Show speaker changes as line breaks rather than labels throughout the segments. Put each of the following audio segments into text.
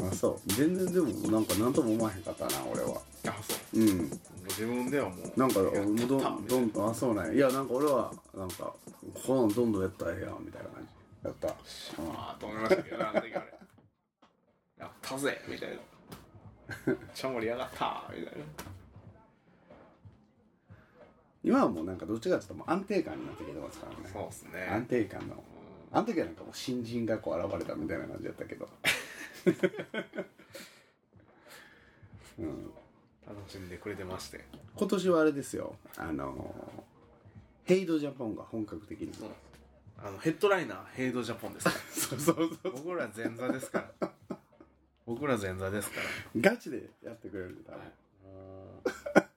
あそう全然でもなんか何とも思わへんかったな俺は
あそう
うん
もう自分ではもう
なんか
い
ど
や
んど
やった
んどんどんあそうなんやいやなんか俺はなんかこのどんどんやったらええやんみたいな感じやった
あーと思いましたけどなあの時あれやったぜみたいなめっちゃ盛り上がったみたいな
今はもうなんかどっちかっていうともう安定感になってきてますからね
そうっす
安
ね
定感のあの時はなんかもう新人がこう現れたみたいな感じだったけどうん
楽しんでくれてまして
今年はあれですよあのー、ヘイドジャポンが本格 的に
そうあのヘッドライナーヘイドジャポ ンですから
そうそうそう
僕ら前座ですから僕ら前座ですから
ガチでやってくれるんだ多分
もう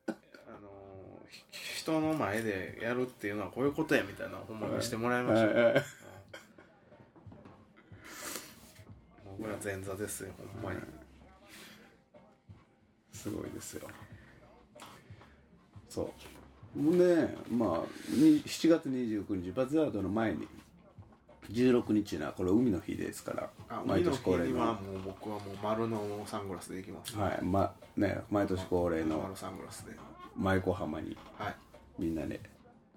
あのひ人の前でやるっていうのはこういうことやみたいなほんまにしてもらいました、
はいはい
僕ら前座ですよほんまに、
すごいですよそうもうねまあに7月29日バズアウトの前に16日なこれ海の日ですから
あ
毎
海の
年
日
恒例
に
の
はもう僕はもう丸のサングラスで行きます
はいまね毎年恒例の
丸サングラスで
舞子浜に
はい
みんなで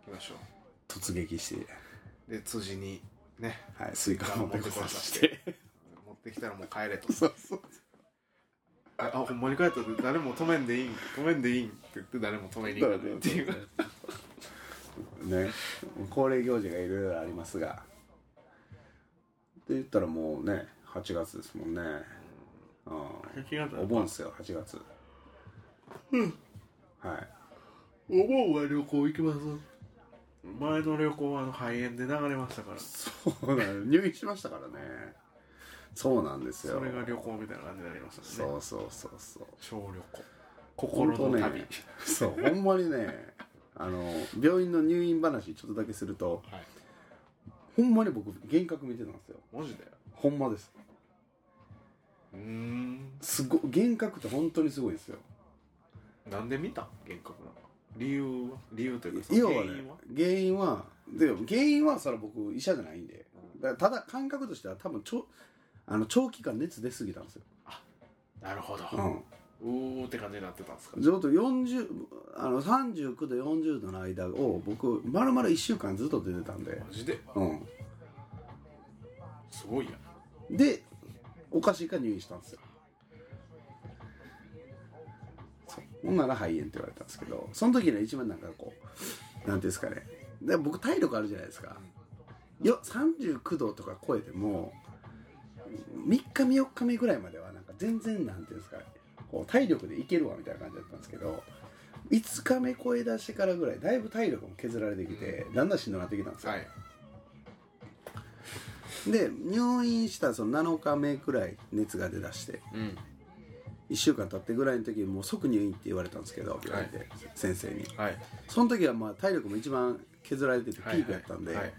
行きましょ
突撃して、
うで辻にね
はい、スイカを持ってこさせ て
持ってきたらもう帰れと
そうそう
ああほんまに帰ったって誰も止めんでいいん止めんでいいんって言って誰も止めに行かないっていう
ね恒例行事がいろいろありますがって言ったらもうね8月ですもんねうんお盆ですよ8月うんはい
お盆は旅行行きます前の旅行はあの肺炎で流れましたからそ
そうなの入院しましたからねそうなんですよ
れが旅行みたいな感じになりましたね
そうそうそうそう
小旅行心の
ほんと
旅、
ねそうほんまにねあの病院の入院話ちょっとだけすると
はい
ほんまに僕幻覚見てたんですよ
マジで
ほんまです
うーん
すご幻覚って本当にすごいですよ
なんで見た幻覚なの理由は理由というかそ
要
の
はね
原因は
原因はでも原因はそれは僕医者じゃないんでだただ感覚としては多分ちょあの長期間熱出すぎたんですよ、
なるほど、
う
うーって感じになってたんですか
ん、ちょうど40あの39度40度の間を僕まるまる1週間ずっと出てたんで
マ、ジで
うん、
すごいやん
でおかしいから入院したんですよそうほんなら肺炎って言われたんですけどその時ね一番なんかこうなんていうんですかねで僕体力あるじゃないですかよ39度とか超えても3日目4日目ぐらいまではなんか全然なんていうんですかねこう体力でいけるわみたいな感じだったんですけど5日目超え出してからぐらいだいぶ体力も削られてきてだんだんしんどくなってきたんですよ、
はい
で入院したその7日目くらい熱が出だして
うん
1週間経ってぐらいの時にもう即入院って言われたんですけど病院で、先生に
はい
その時はまあ体力も一番削られててピ
はい
ークやったんで、
はいはい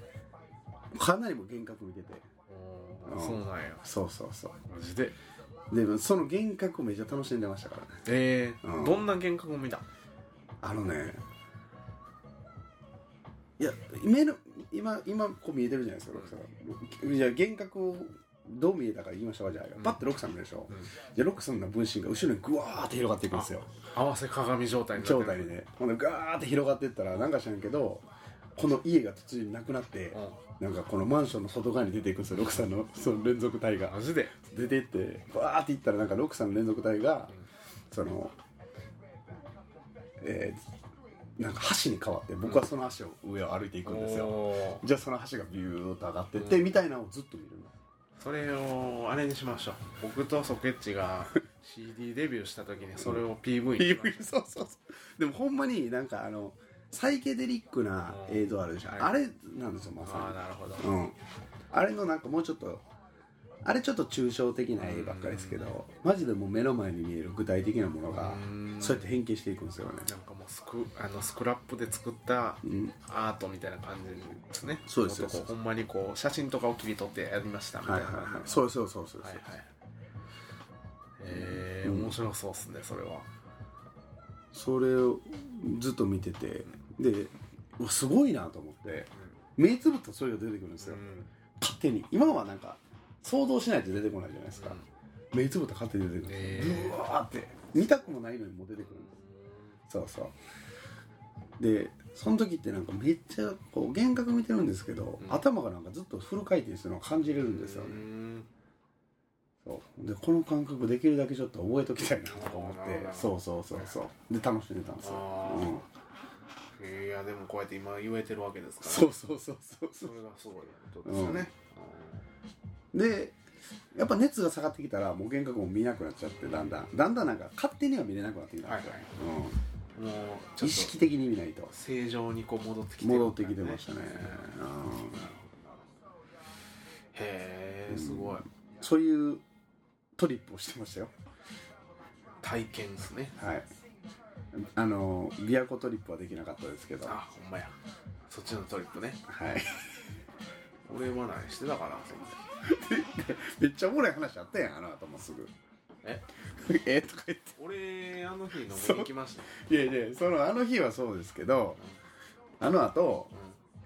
かなりもう幻覚見てて
うーんそうなんや
そうそうそ
マジで
うでその幻覚をめっちゃ楽しんでましたからね
えー
うん
どんな幻覚を見た
あのねいや目の今今こう見えてるじゃないですかロクさんじゃあ幻覚をどう見えたか言いましょうかじゃあ、
ん
パッてロクさん見るでしょ、
うん
じゃあロクさんの分身が後ろにグワーって広がっていくんですよ
合わせ鏡状態になって
状
る
態でねほんでガーって広がってったらなんか知らんけどこの家が突然なくなって
う、ん
なんかこのマンションの外側に出ていくんですよロクさんのその連続体が
マジで
出てってバーっていったらなんかロクさんの連続体が、そのえーなんか橋に変わって僕はその橋を上を歩いていくんですよ、
おー
じゃあその橋がビューッと上がってって、みたいなのをずっと見るんで
それをあれにしましょう僕とソケッチが CD デビューした時にそれを PV にしましょう
そうそうそうでもほんまになんかあのサイケデリックな映像あるでしょ、
はい
あれなんですよま
ああ
さ
なるほど
に、うん、あれのなんかもうちょっとあれちょっと抽象的な絵ばっかりですけどマジでもう目の前に見える具体的なものが
うん
そうやって変形していくんですよね
なんかもうスクあのスクラップで作った
うん
アートみたいな感じですね
そうです
もっ
そ
とこ
うです
ほんまにこう写真とかを切り取ってやりましたみた
はいい
な
はい
感じ
はい。そうそうそうそうそう。
はいはいえー、面白そうっすねそれは
それをずっと見てて、で、うわすごいなと思って、目つぶったらそれが出てくるんです
う
よ。
ん
勝手に今はなんか想像しないと出てこないじゃないですか、目つぶったら勝手に出てくるんですよ
へえ
うわーって見たくもないのにもう出てくるんですそうそうでその時ってなんかめっちゃこう幻覚見てるんですけど、
うん
頭がなんかずっとフル回転してるのを感じれるんですよね、そうでこの感覚できるだけちょっと覚えときたいなとか思って
なるほどなるほど
そうそうそうそうで楽しんでたんですよ、
あ
う
ー
ん、
いやでもこうやって今言えてるわけですから
そうそうそうそう
そ
そ
れがすごいことですよね、
うでやっぱ熱が下がってきたらもう幻覚も見なくなっちゃってだんだんだんだんなんか勝手には見れなくなってきたんですよ、
はいは
うん
もうちょ
意
っ
識
と
的に見ないと
正常にこう戻ってきてる
戻ってきてましたね、
うん
うん
へえすごい
そういうトリップをしてましたよ
体験ですね
はいあの琵琶湖トリップはできなかったですけどは
あほんまやそっちのトリップね
い
俺は何してたかなその時
めっちゃおもろい話あったやんあの後もすぐ
え
えとか言っ
俺あの日飲みに行きましたよ
ていやいやそのあの日はそうですけどあの後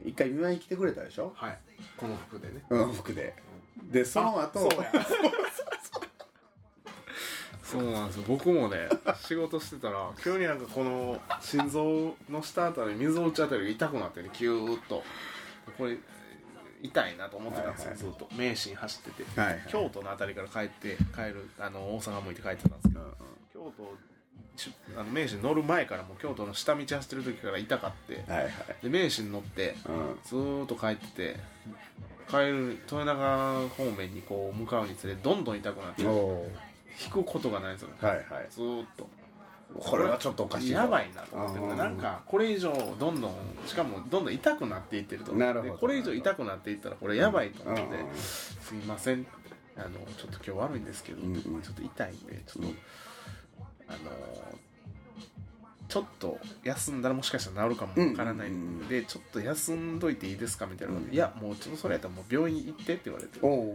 うん
一回見舞いに来てくれたでしょ
はいこの服でね
うん服ででその後
そうやそうなんですよ僕もね仕事してたら急になんかこの心臓の下あたり水落ちあたりが痛くなってねキューッとこれ痛いなと思ってたんですよ、
はい
ずっと名神走ってて、
はいはい
京都のあたりから帰って帰るあの大阪向いて帰ってたんです
う
けど
んうん
京都ちあの名神乗る前からもう京都の下道走ってる時から痛かって
はいはい
で名神乗って
うん
ずーっと帰ってて帰る豊中方面にこう向かうにつれどんどん痛くなって
お
引くことがないんですよ
ーはいはい
ずーっと
これはちょっとおかしいぞ
やばいなと思って
あー
なんかこれ以上どんどんしかもどんどん痛くなっていってると
なるほど
でこれ以上痛くなっていったらこれやばいと思って、
うんうん
すいませんあのちょっと今日悪いんですけど、
うんうん
ちょっと痛いんでちょっと、
うん
あのちょっと休んだらもしかしたら治るかもわからないんで、ちょっと休んどいていいですかみたいな、
うん
いやもうちょっとそれやったらもう病院行ってって言われて
おー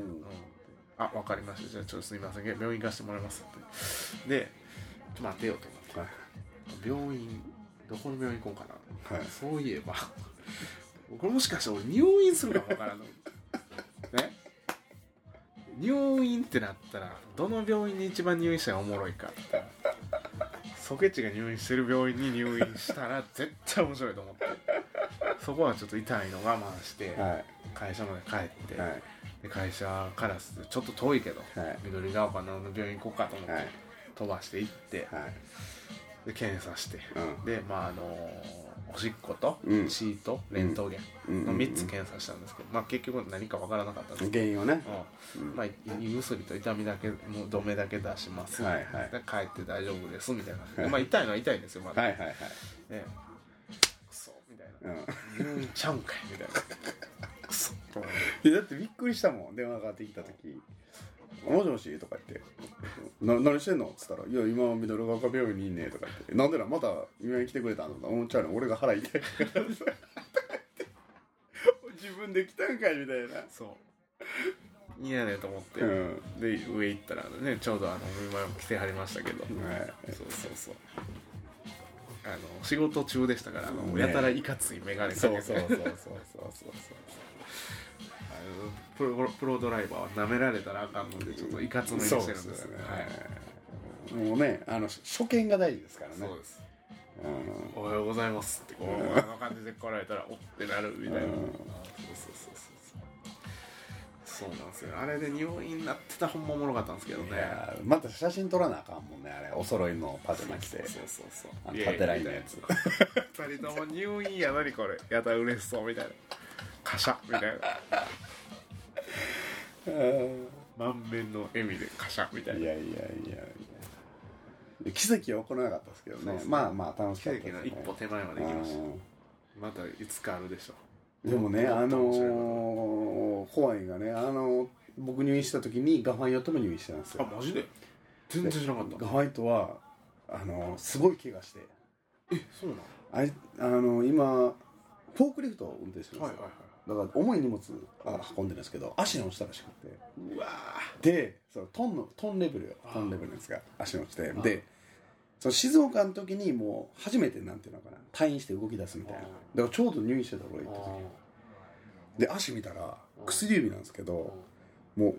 あわかりましたじゃあちょっとすみません病院行かせてもらいますってでちょっと待てよと思って病院どこの病院行こうかな、
はい
そういえばこれもしかして俺入院するかもわからんのね入院ってなったらどの病院に一番入院したらおもろいかソケチが入院してる病院に入院したら絶対面白いと思ってそこはちょっと痛いの我慢して
は
会社まで帰って、
いはい
で会社からすちょっと遠いけど、
はい
緑が丘の病院行こうかと思って、
はい
飛ばして行って
はい
で検査して、
うん
でまああのーおしっこと、
うん
血とレ頭ゲ
うんうん
源の3つ検査したんですけど、まあ、結局何かわからなかったんですけ
原因をね
ど、うんまあ、胃薬と痛みだけもう止めだけ出します、
はいはい
で帰って大丈夫ですみたいな感じで、まあ、痛いのは痛いんですよまだ、
はいはいはい
でクソみたいな
うん
入院ちゃうんかいみたいなクソと思って
いやだってびっくりしたもん電話がかかってきた時「もしもし」とか言って「な何してんの?」っつったら「いや今ミドル川病院にいんね」とか言って「なんでなんまた病院来てくれたの?」と思っちゃうの俺が腹痛い から」とか言って自分で来たんかいみたいな
そう嫌だよと思って、
うん
で上行ったらねちょうどあのお見舞いも来てはりましたけど、
はい
そうそうそうあの仕事中でしたからあの、
ね
やたらいかつい眼鏡かけて
そうそうそうそうそうそうそう
あのプロプロドライバーは舐められたらあかんのでちょっといかつめにして
そ
る
うんで
ですすよ
ね、
はい
もうねあの初見が大事ですからね
そうです
うん
「おはようございます」ってこうあの感じで来られたらおってなるみたいな、
うん
あそうそうそうそうそうなんですよあれで入院になってたほんまおもろかったんですけど
い
ね
やまた写真撮らなあかんもんねあれお揃いのパジャマ着て
そうそうそう
あ
い
の
や
縦ラインのやつ
二人とも入院や何これやだ嬉しそうみたいなカシャみたいな満面の笑みでカシャみたい
い
な
やいやいやいや奇跡は起こらなかったですけど
そう
ね
ですね
まあまあ楽し
奇
かったです
跡
ね
の一歩手前まで行きましたまたいつかあるでしょ
うんでもねあ
もっと面
のー、怖いがねあのー僕入院した時にガファイオとも入院してたんですよ
あマジで全然知らなかった
ガファイトはあのーすごい怪我して
えそうなの
あいあのー今フォークリフトを運転してるんですよ、
はいはいは
だから重い荷物あ運んでるんですけど足に落ちたらしくて
いうわ
でそのトンのトンレベルよトンレベルのやつが足に落ちて
あ
でその静岡の時にもう初めてなんていうのかな退院して動き出すみたいな
あ
だからちょうど入院してた頃行
ー
った時で足見たら薬指なんですけどもう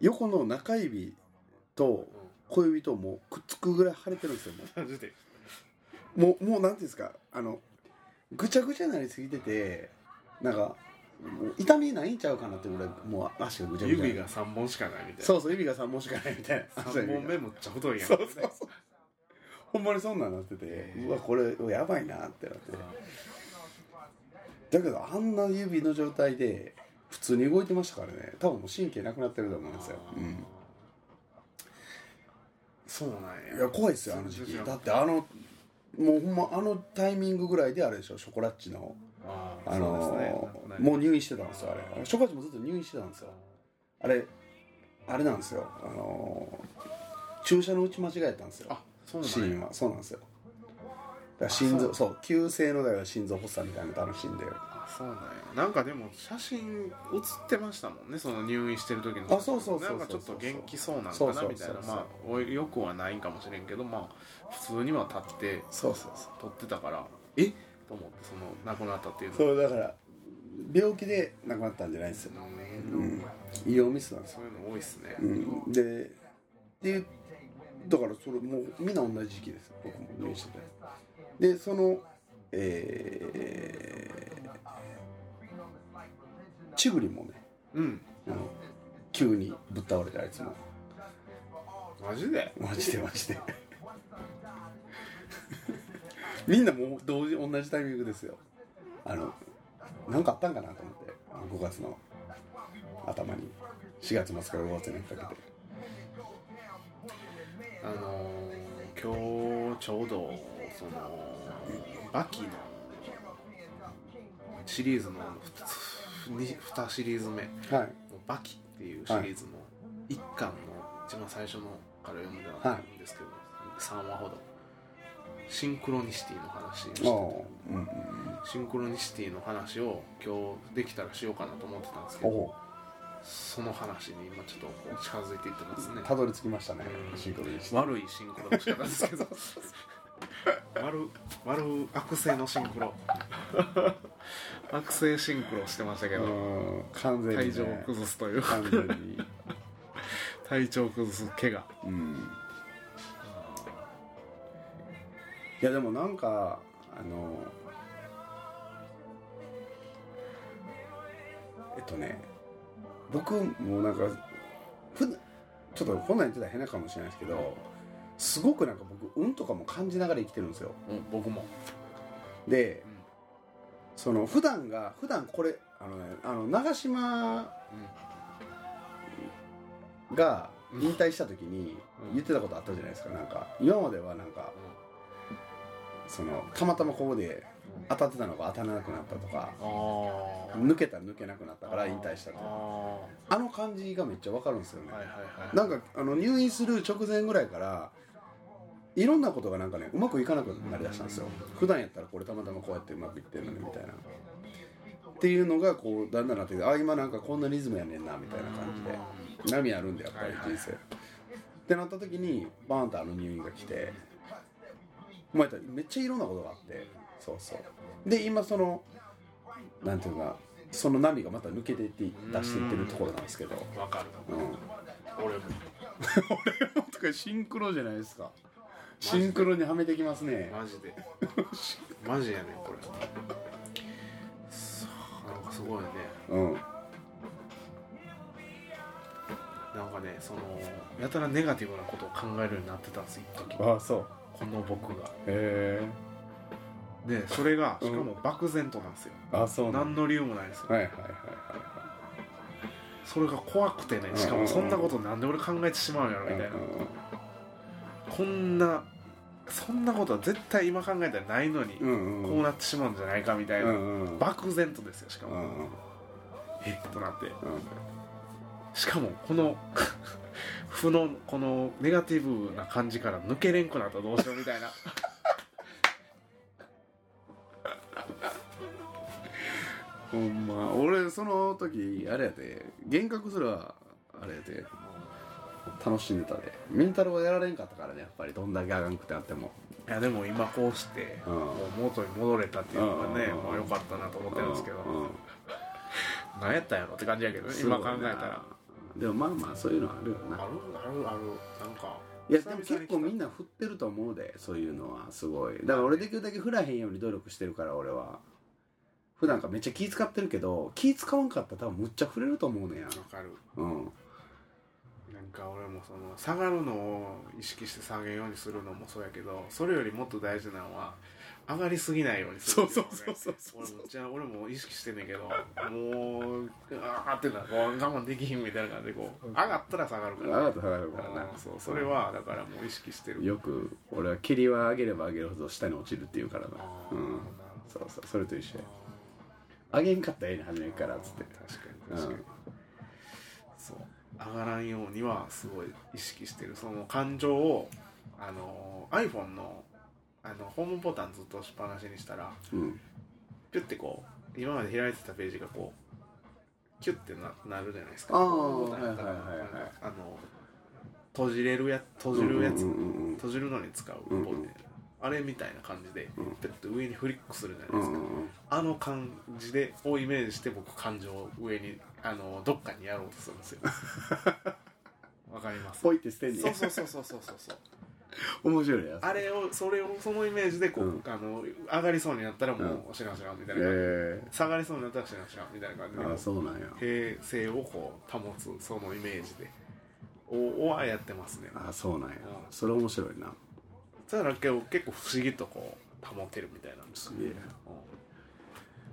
横の中指と小指ともうくっつくぐらい腫れてるんですよも
マジで
うもうもうなんていうんですかあのぐちゃぐちゃになりすぎててなんかもう痛みないんちゃうかなってぐらいもう足がぐちゃぐちゃ
指が3本しかないみたいな
そうそう指が3本しかないみたいな
3本目もっちゃ太いやん
そうそうそうほんまにそんなんなってて、
へー
うわこれやばいなってなって
うん
だけどあんな指の状態で普通に動いてましたからね多分もう神経なくなってると思うんですよ、うん、
そうなん
い
や
や怖いですよあの時
そうで
期
すよ
だってあのもうほんまあのタイミングぐらいであれでしょショコラッチの
あー
あの
そうですね
もう入院してたんですよあれあのショコラッチもずっと入院してたんですよあれあれなんですよあの注射の打ち間違えたんですよ
あそう
シ
なん
ーン
や
はそうなんですよだから心
あ
臓そう急性のだから心臓発作みたいなの楽しんで
あそうなんやなんかでも写真写ってましたもんねその入院してる時の
あそうそうそうそう
なんかちょっと元気そうなんか
そうそう
な
そう
みたいな
そう
まあおよくはないんかもしれんけどまあ普通には立って
そうそうそう
撮ってたからえと思ってその亡くなったっていうの
そうだから病気で亡くなったんじゃないんですよ、うん、医療ミスなんですよ、
そういうの多いっすね、
うん、ででだからそれもうみんな同じ時期です僕も入院しててでそのえー、チグリもね、
うん
あの急にぶっ倒れてあいつも
マジで
マジでマジでみんなもう同時同じタイミングですよあのなんかあったんかなと思ってあの5月の頭に4月末から5月にかけて
あのー、今日ちょうどそのバキのシリーズの 2, シリーズ目の
はい
「バキ」っていうシリーズの一巻の一番最初のから読んでたんですけど、3話ほどシンクロニシティの話をし
ああ
てて
うんうん
シンクロニシティの話を今日できたらしようかなと思ってたんですけ
お
ど
お
その話に今ちょっとこう近づいていってますね
たどり着きましたね
うん
シンクロにして
悪いシンクロの仕方ですけど 悪悪悪性のシンクロ悪性シンクロしてましたけど、
うん完全に、
体
ね、
調を崩すという
完全に
体調を崩す怪我
うんいやでもなんかあのえっとね僕もなんかふちょっとこんなん言ってたら変なかもしれないですけどすごくなんか僕運とかも感じながら生きてるんですよ
うん僕も、
で
うん
その普段が普段これあのねあの長嶋が引退した時に
うん
言ってたことあったじゃないですかなんか今まではなんかそのたまたまここで当たってたのが当たらなくなったとか
あ
抜けたら抜けなくなったから引退したと
あー
かあの感じがめっちゃわかるんですよね、
はいはいはい
なんかあの入院する直前ぐらいからいろんなことがなんかねうまくいかなくなりだしたんですよ普段やったらこれたまたまこうやってうまくいってるのにみたいなっていうのがこうだんだんなってきてあ今なんかこんなリズムやねんなみたいな感じで波あるんでやっぱり人生、ってなった時にバーンとあの入院が来てまあ言ったらめっちゃいろんなことがあってそうそうで今そのなんていうかその波がまた抜けていって出していってるところなんですけど
わか
う
る
ん
俺も
とかシンクロじゃないですかシンクロにはめてきますね
マジでマジやねこれそうなんかすごいね
うん
なんかねそのやたらネガティブなことを考えるようになってたんです一時
ああそう
この僕が
へえ
でそれが
うん
しかも漠然となんですよ、
ああそうなん
何
だ
の理由もないですよ、
はいはいはい
それが怖くてねしか
うんうんう
も
ん
そんなことなんで俺考えてしまうんやろみ
はい
たい
は
な、
い
こんなそんなことは絶対今考えたらないのに、
うんうん
こうなってしまうんじゃないかみたいな、
うんうん
漠然とですよしか
う
も、
んうん
えっとなって
うん
しかもこの 負のこのネガティブな感じから抜けれんくなったらどうしようみ たいな
ほんま俺その時あれやで幻覚すらあれやで楽しんでたでミンタロはやられんかったからねやっぱりどんだけあがんくてあっても
いやでも今こうして、
うん
もう元に戻れたっていうのがね、
うん
もう良かったなと思ってるんですけど、
うん
何やったんやろって感じやけどね
すご
今
い
考
な
えたら
でもまあまあそういうのはあるよ
ある
な
あるあるなんか
いやでも結構みんな振ってると思うでそういうのはすごいだから俺できるだけ振らへんように努力してるから俺は普段からめっちゃ気使ってるけど気使わんかったら多分むっちゃ振れると思うねや
わかる
うん
なんか俺もその下がるのを意識して下げようにするのもそうやけどそれよりもっと大事なのは上がりすぎないようにするっていのがね
そうそうそうそう
俺もじゃあ俺も意識してんねんけどもうあーってなこう我慢できひんみたいな感じでこう上がったら下がるか
上
ら
がったら上がるから
う
なん
そうそれはだからもう意識してる
よく俺は霧は上げれば上げるほど下に落ちるっていうからな
あー
うん
なるほ
そうそうそれと一緒や
ど
上げんかったらええねん初めからっつって
確かに確かに、
うん
そう上がらんようにはすごい意識してるその感情をあの iPhone のあのホームボタンずっと押しっぱなしにしたら
うん
ピュッてこう今まで開いてたページがこうキュッてななるじゃないですか
あー
ホームボタンやったら
はいはいはいはい
あの閉じれるや閉じるやつ、
うんうんうんうん
閉じるのに使うボタン、
うんうん
あれみたいな感じで
うん
ピュッて上にフリックするじゃないです
う
か、
んうんうん
あの感じでをイメージして僕感情を上にあのどっかにやろうとするん ですよわかります
ポイって捨てんね
そ
や
うそうそうそうそうそうそう
面白いやつ
あれをそれをそのイメージでこう、
うん
あの上がりそうになったらもうしらんしらんみたいな感じ、
え
下がりそうになったらしらんしらんみたいな感じ
えああ
で
そうなんや
平静をこう保つそのイメージでをはやってますね
ああそうなんや
うん
それ面白いな
ただ結構結構不思議とこう保てるみたいなんです
すげえ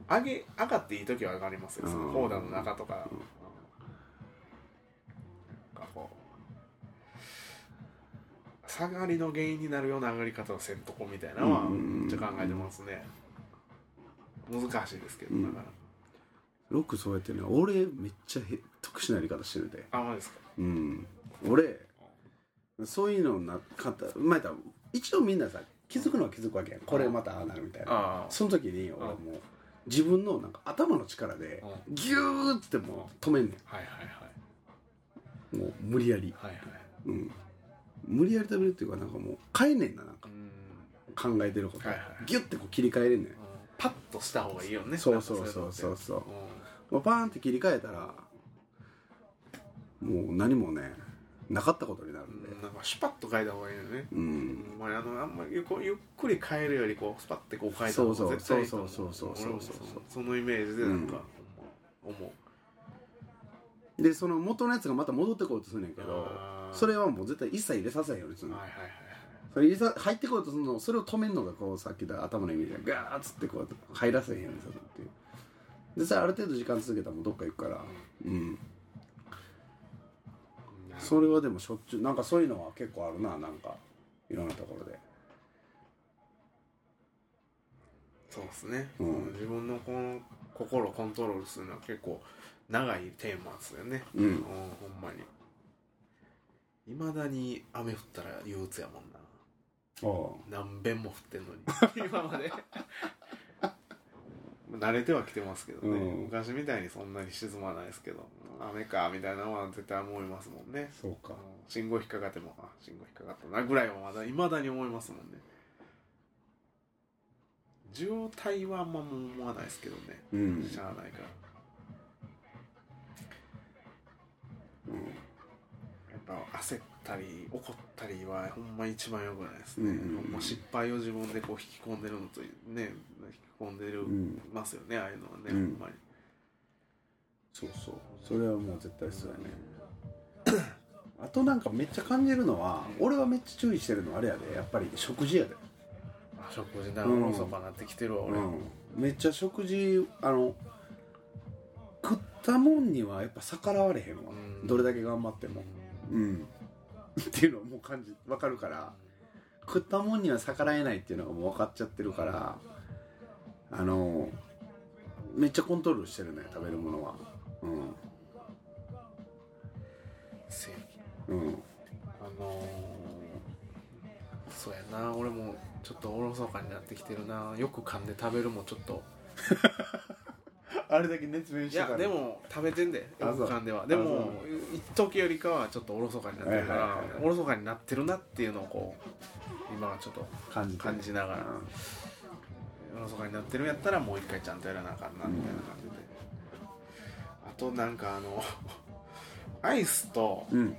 上げ上がっていい時は上がりますよ、
うん
そのコーダの中とか、
うん
なんかこう下がりの原因になるような上がり方をせんとこみたいなのは
うんうんうん
めっちゃ考えてますね、難しいですけど
うん
だから、
よくそうやってね俺めっちゃへ特殊なやり方してるで
あまあですか
うん俺そういうのなかったまあ言ったら一度みんなさ気づくのは気づくわけやんこれまたああなるみたいな
あ
その時に俺もう自分のなんか頭の力で
う
ギューってもう止めんね
はいはいはい
んもう無理やり
はいはい
うん無理やり食べるっていうかなんかもう変えんねんななんか
うん
考えてること、
はいはい
ギュッてこう切り替えれんねん
パッとした方がいいよ ね
そうそうそうそうそう
なんかいのって
もうパーンって切り替えたらもう何もねなかったことになるんで
うんなんかシュパッと変えた方がいいよね
うん、
うんまあ、あのあんまりこうゆっくり変えるよりこうスパッてこう変えた
そ
方
うそう
が絶対いいと思
そうそうそうそう
俺も
そうそう
そのイメージでなんか思う、
でその元のやつがまた戻ってこようとするねんけど
あー
それはもう絶対一切入れさせないようにする
はい
の
はいはい
それ入れさ入ってこようとするのそれを止めるのがこうさっき言った頭のイメージがガーッつってこう入らせへんようにするっていうでさある程度時間続けたらもうどっか行くからうん
はい
それはでもしょっちゅうなんかそういうのは結構あるななんかいろんなところで
そうですね、
うん
自分のこの心をコントロールするのは結構長いテーマですよね、
う
うん、
ん
ほんまにいまだに雨降ったら憂鬱やもんな
ああ
何遍も降ってんのに 今まで慣れてはきてますけどね、
うん
昔みたいにそんなに沈まないですけど雨かみたいなのは絶対思いますもんね
そうか
信号引っかかってもあ信号引っかかったなぐらいはまだいまだに思いますもんね渋滞はあんま思わないですけどね
うん
しゃあないからやっぱ焦ったり怒ったりはほんま一番良くないですね、
うんうんうん
ほんま失敗を自分でこう引き込んでるのとね引き込んでる、
うん
ますよねああいうのはね、
うん
ほんまに
そうそうそれはもう絶対そうやねあとなんかめっちゃ感じるのは俺はめっちゃ注意してるのはあれやでやっぱり食事やで
あ食事なおろそかなってきてるわ俺、
うん、めっちゃ食事あの食ったもんにはやっぱ逆らわれへんわ、
うん
どれだけ頑張ってもうんっていうのはもう感じわかるから食ったもんには逆らえないっていうのがもう分かっちゃってるからあのめっちゃコントロールしてるね食べるものは
せや
うんうん
あのーそうやな俺もちょっとおろそかになってきてるなよく噛んで食べるもちょっと
あれだけ熱弁
いやでも食べてんで
あ
よ
そ
く
う
噛んではで
あ
も一時よりかはちょっとおろそかになってるから、
はいはいはい
おろそかになってるなっていうのをこう今はちょっと
感じてる
感じながら
うん
おろそかになってるんやったらもう一回ちゃんとやらなあかんなみたいな感じで、となんかあのアイスと
うん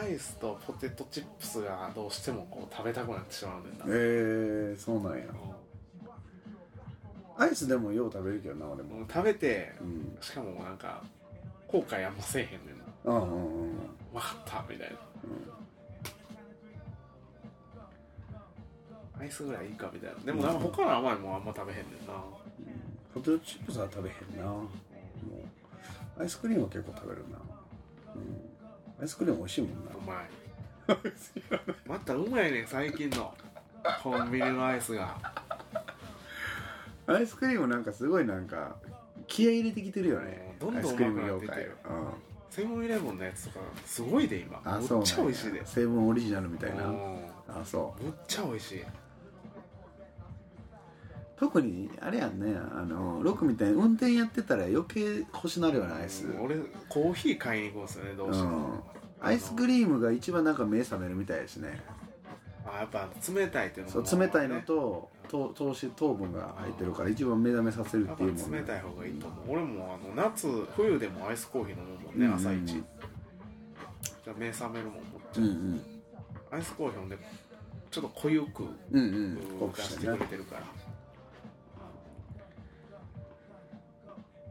アイスとポテトチップスがどうしてもこう食べたくなってしまうねんだ
えー、そうなんや
う
アイスでもよう食べるけどな俺も
んもう食べて
うん
しかもなんか後悔あんませえへんねんな
ああうんうんうん
分かったみたいなアイスぐらいいいかみたいなでもなんか他の甘いもんあんま食べへんねんな
ポテトチップスは食べへんなもうアイスクリームは結構食べるな、うん、アイスクリーム美味しいもんな
うまい またうまいねん最近のコンビニのアイスが
アイスクリームなんかすごいなんか気合い入れてきてるよね
どんどん
アイスクリーム業
うまくなって
界う
きて
ん
セブンイレブンのやつとかすごいで今
あ
む
そうな
っ
ん
ち
や
ゃ美味しいで
成分オリジナルみたいな
うん
あそう
むっちゃ美味しい
特にあれやんねあのロックみたいに運転やってたら余計欲しなるよねアイス
うん俺コーヒー買いに行くんですよねどうしても、
うんアイスクリームが一番なんか目覚めるみたいですね
あやっぱ冷たいっていうの
そ
も
う冷たいのと糖糖質糖分が入ってるから一番目覚めさせる
や
っ
ってぱ
いうもん
冷たい方がいいと思う俺もあの夏冬でもアイスコーヒー飲むもんね、
うんうん
朝一じゃあ目覚めるもんもっち
う
ゃ
ん
う、
うん
アイスコーヒー飲んでちょっと濃ゆく
うんうん濃
出
くし
してて
ね
くれてるから、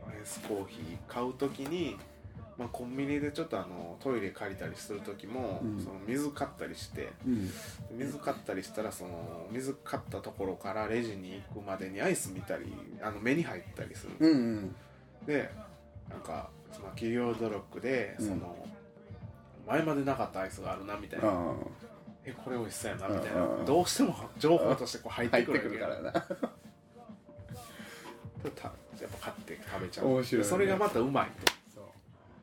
アイスコーヒー買う時に、まあ、コンビニでちょっとあのトイレ借りたりする時も、
うん
その水買ったりして
うん
水買ったりしたらその水買ったところからレジに行くまでにアイス見たりあの目に入ったりす
う
る、
んうん
でなんかその企業努力で
うん
その、前までなかったアイスがあるなみたいな、
あ
えこれ美味しそうやなみたい
うんうんう
なんどうしても情報としてこう入
あ
ってくるら
らな
たやっぱ買って食べちゃう
面白いね
でそれがまたうまい
そう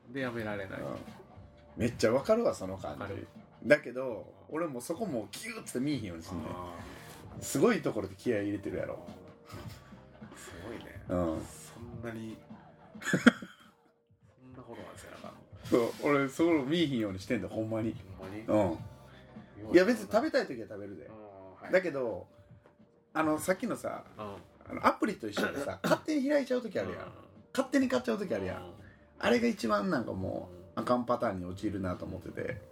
とでやめられない、
めっちゃわかるわその感
わか
じ
る
だけど俺もそこもうキューって見えへんようにすんねん
あ
すごいところで気合い入れてるや
ー
ろ
すごいね
うん
そんな にそんなことなんですよなんか
そう俺そこ見えへんようにしてんだほんまに
ほんまに
うんいや別に食べたい時は食べるで
うんはい
だけどあのさっきのさ
うん
あのアプリと一緒でさ勝手に開いちゃう時あるやん勝手に買っちゃう時あるやんあれが一番なんかもうあかんパターンに陥るなと思ってて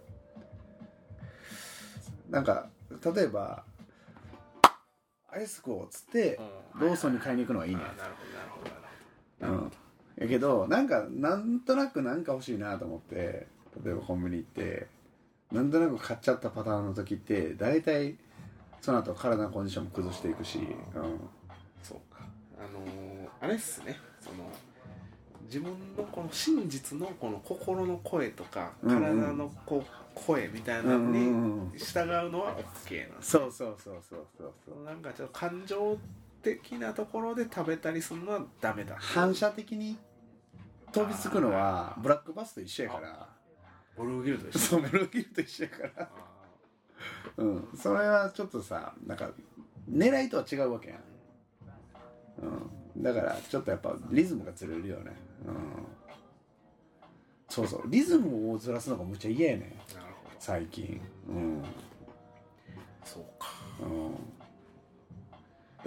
なんか例えばアイスクをつって
うん
ローソンに買いに行くのはいい
あ
ね
ーなるほどなるほどなる
う
ほど
んやけどなんかなんとなくなんか欲しいなと思って例えばコンビニ行ってなんとなく買っちゃったパターンの時って大体その後体のコンディションも崩していくし、う
そうかあのーあれっすねその自分のこの真実のこの心の声とか
うんうん
体のこう声みたい
ん、
なの
うん
に
うんうん
従うのは OK なんです
そうそうそうそうそうそう
なんかちょっと感情的なところで食べたりするのはダメだ
反射的に飛びつくのはブラックバスと一緒やから
ブルーギルドでし
そうブルーギルと一緒やから
た
うんそれはちょっとさなんか狙いとは違うわけやん、うん、だからちょっとやっぱリズムがずれるよねうんそうそうリズムをずらすのがむっちゃ嫌やねん
なるほど
最近うん
そうか
う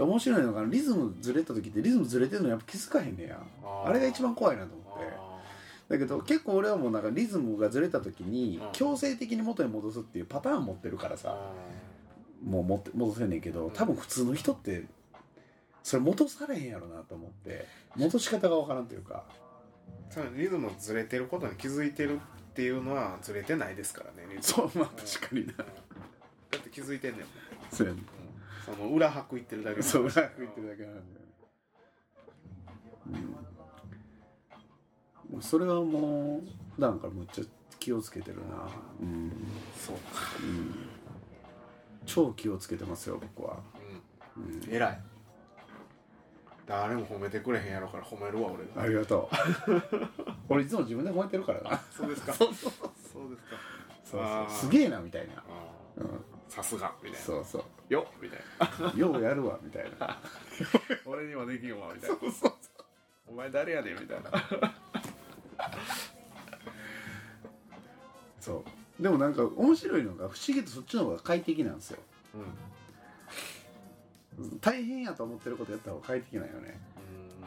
ん面白いのがリズムずれた時ってリズムずれてるのやっぱ気づかへんねや
あー
あれが一番怖いなと思
あ
ってだけど結構俺はもうなんかリズムがずれた時に
うん
強制的に元に戻すっていうパターン持ってるから
ー
さもう持って戻せんねんけど多分普通の人ってそれ戻されへんやろなと思って戻し方がわからんというか
多分リズムずれてることに気づいてるっていうのはずれてないですからねリズム
そうまあ確かにな
うんだって気づいてんねんもん
そうやね
その裏拍行ってるだけ
そう裏食いってるだけなんだよねうんもうそれはもう普段からむっちゃ気をつけてるなうん、
そうか、
うん、超気をつけてますよ僕はうん
うん、偉い誰も褒めてくれへんやろから褒めるわ俺 が
ありがと う俺いつも自分で燃えてるからな
そうですかそうそうですか
そう
あー
そうすげえなみたいな、
あ
う
ーさすがみ
ん、
たい
そうそう
なよみたいな
ようやるわみたいな
俺にはできんわみたいな
うそう
お前誰やねんみたいな
そうでもなんか面白いのが不思議とそっちの方が快適なんですよ
うん
大変やと思ってることやった方が快適なんよね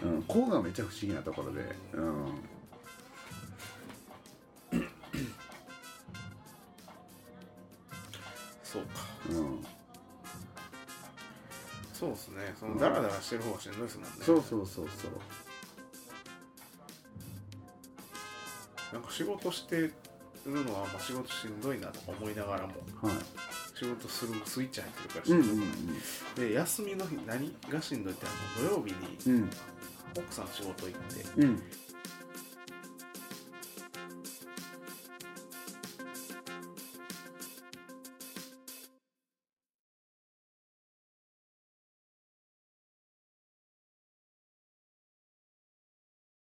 う
うん、こうがめちゃ不思議なところで、うん、
そうか
うん、
そうですねそのダラダラしてる方がしんどいですもんね
そうそうそうそう
なんか仕事してるのはあんま仕事しんどいなとか思いながらも
はい
仕事するスイッチ入ってるからし
うんん
ど
う
い
ん
で休みの日何がしんどいってあの土曜日に
うん
奥さん仕事行って
うん